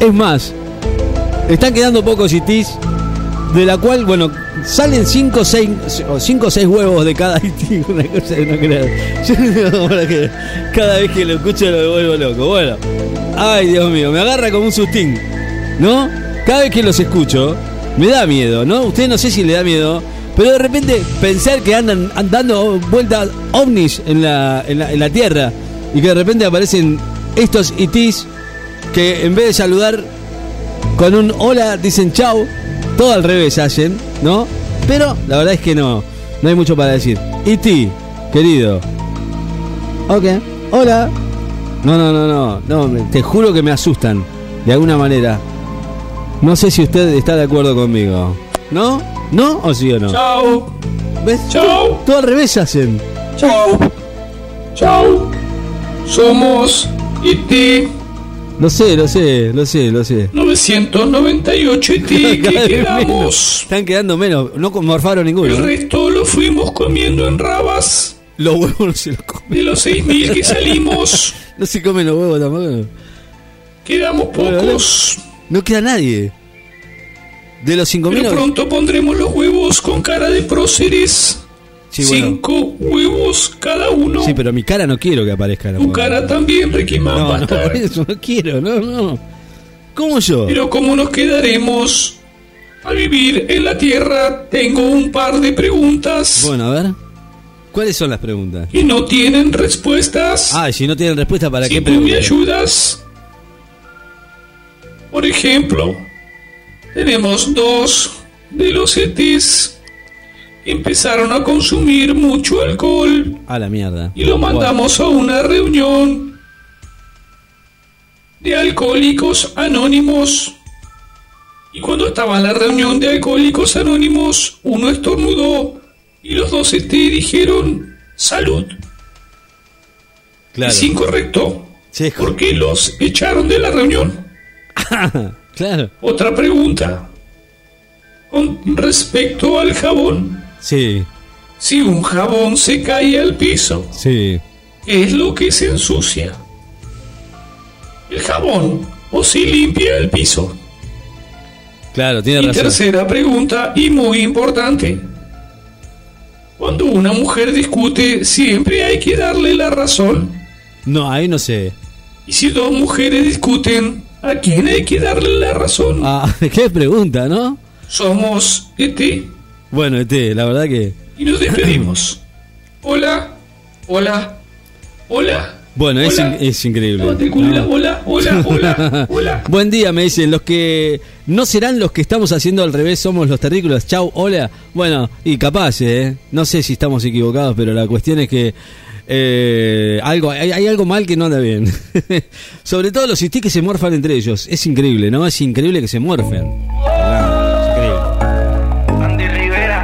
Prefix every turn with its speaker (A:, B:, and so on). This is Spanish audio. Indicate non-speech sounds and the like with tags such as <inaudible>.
A: Es más, están quedando pocos itis, de la cual, bueno, salen 5 o 6 huevos de cada <laughs> ití. Una cosa que no creo. Yo no creo que cada vez que lo escucho lo vuelvo loco. Bueno, ay Dios mío, me agarra como un sustín, ¿no? Cada vez que los escucho, me da miedo, ¿no? Usted no sé si le da miedo. Pero de repente pensar que andan dando vueltas ovnis en la, en la, en la Tierra y que de repente aparecen estos itis que en vez de saludar con un hola dicen chau, todo al revés hacen, ¿no? Pero la verdad es que no, no hay mucho para decir. Iti, querido. Ok, hola. No, no, no, no, no, me- te juro que me asustan, de alguna manera. No sé si usted está de acuerdo conmigo. ¿No? ¿No o sí o no?
B: Chau,
A: ¿Ves?
B: Chau.
A: Todo al revés hacen.
B: chau, chau. Somos E IT
A: Lo sé, lo sé, lo sé, lo sé. <laughs>
B: 998 IT
A: Cada
B: que
A: vez
B: E quedamos.
A: Están quedando menos, no morfaron ninguno.
B: El
A: ¿no?
B: resto lo fuimos comiendo en rabas
A: Los huevos no se los comen.
B: de los 6.000
A: <laughs>
B: que salimos.
A: No se comen los huevos tampoco.
B: Quedamos pocos.
A: No queda nadie. De los 5.000.
B: Pero pronto pondremos los huevos con cara de próceres.
A: Sí, bueno.
B: Cinco huevos cada uno.
A: Sí, pero mi cara no quiero que aparezca.
B: Tu cara también, Ricky Man, va
A: No,
B: a
A: no, <laughs>
B: estar.
A: eso no quiero, no, no. ¿Cómo yo?
B: Pero como nos quedaremos a vivir en la tierra, tengo un par de preguntas
A: Bueno, a ver. ¿Cuáles son las preguntas?
B: que no tienen respuestas.
A: Ah, y si no tienen respuesta, ¿para
B: si
A: qué
B: tú me
A: preguntan?
B: ayudas, por ejemplo, tenemos dos de los ETs que empezaron a consumir mucho alcohol
A: A Ah, la mierda.
B: y lo mandamos a una reunión de alcohólicos anónimos. Y cuando estaba en la reunión de alcohólicos anónimos, uno estornudó y los dos te dijeron salud.
A: Claro.
B: Es incorrecto.
A: Sí, es
B: ¿Por qué los echaron de la reunión?
A: <laughs> claro.
B: Otra pregunta. Con respecto al jabón.
A: Sí,
B: Si un jabón se cae al piso,
A: sí.
B: ¿Qué es lo que se ensucia? ¿El jabón o si limpia el piso?
A: Claro, tiene
B: Y
A: razón.
B: tercera pregunta y muy importante. Cuando una mujer discute siempre hay que darle la razón.
A: No, ahí no sé.
B: Y si dos mujeres discuten, ¿a quién hay que darle la razón?
A: Ah, <laughs> qué pregunta, ¿no?
B: Somos ET y
A: Bueno, este, la verdad que.
B: nos
A: <clears throat>
B: despedimos. Hola, hola, hola.
A: Bueno, es,
B: hola.
A: in- es increíble. Ah.
B: Tómate el culera,
A: No.
B: hola,
A: <laughs>
B: hola, hola, hola.
A: Buen día, me dicen. Los que no serán los que estamos haciendo al revés, somos los terrícolas. Chau, hola. Bueno, y capaz, ¿eh? No sé si estamos equivocados, pero la cuestión es que eh, algo, hay, hay algo mal que no anda <laughs> bien. Sobre todo los istí que se morfan entre ellos. Es increíble, ¿no? Es increíble que se morfen.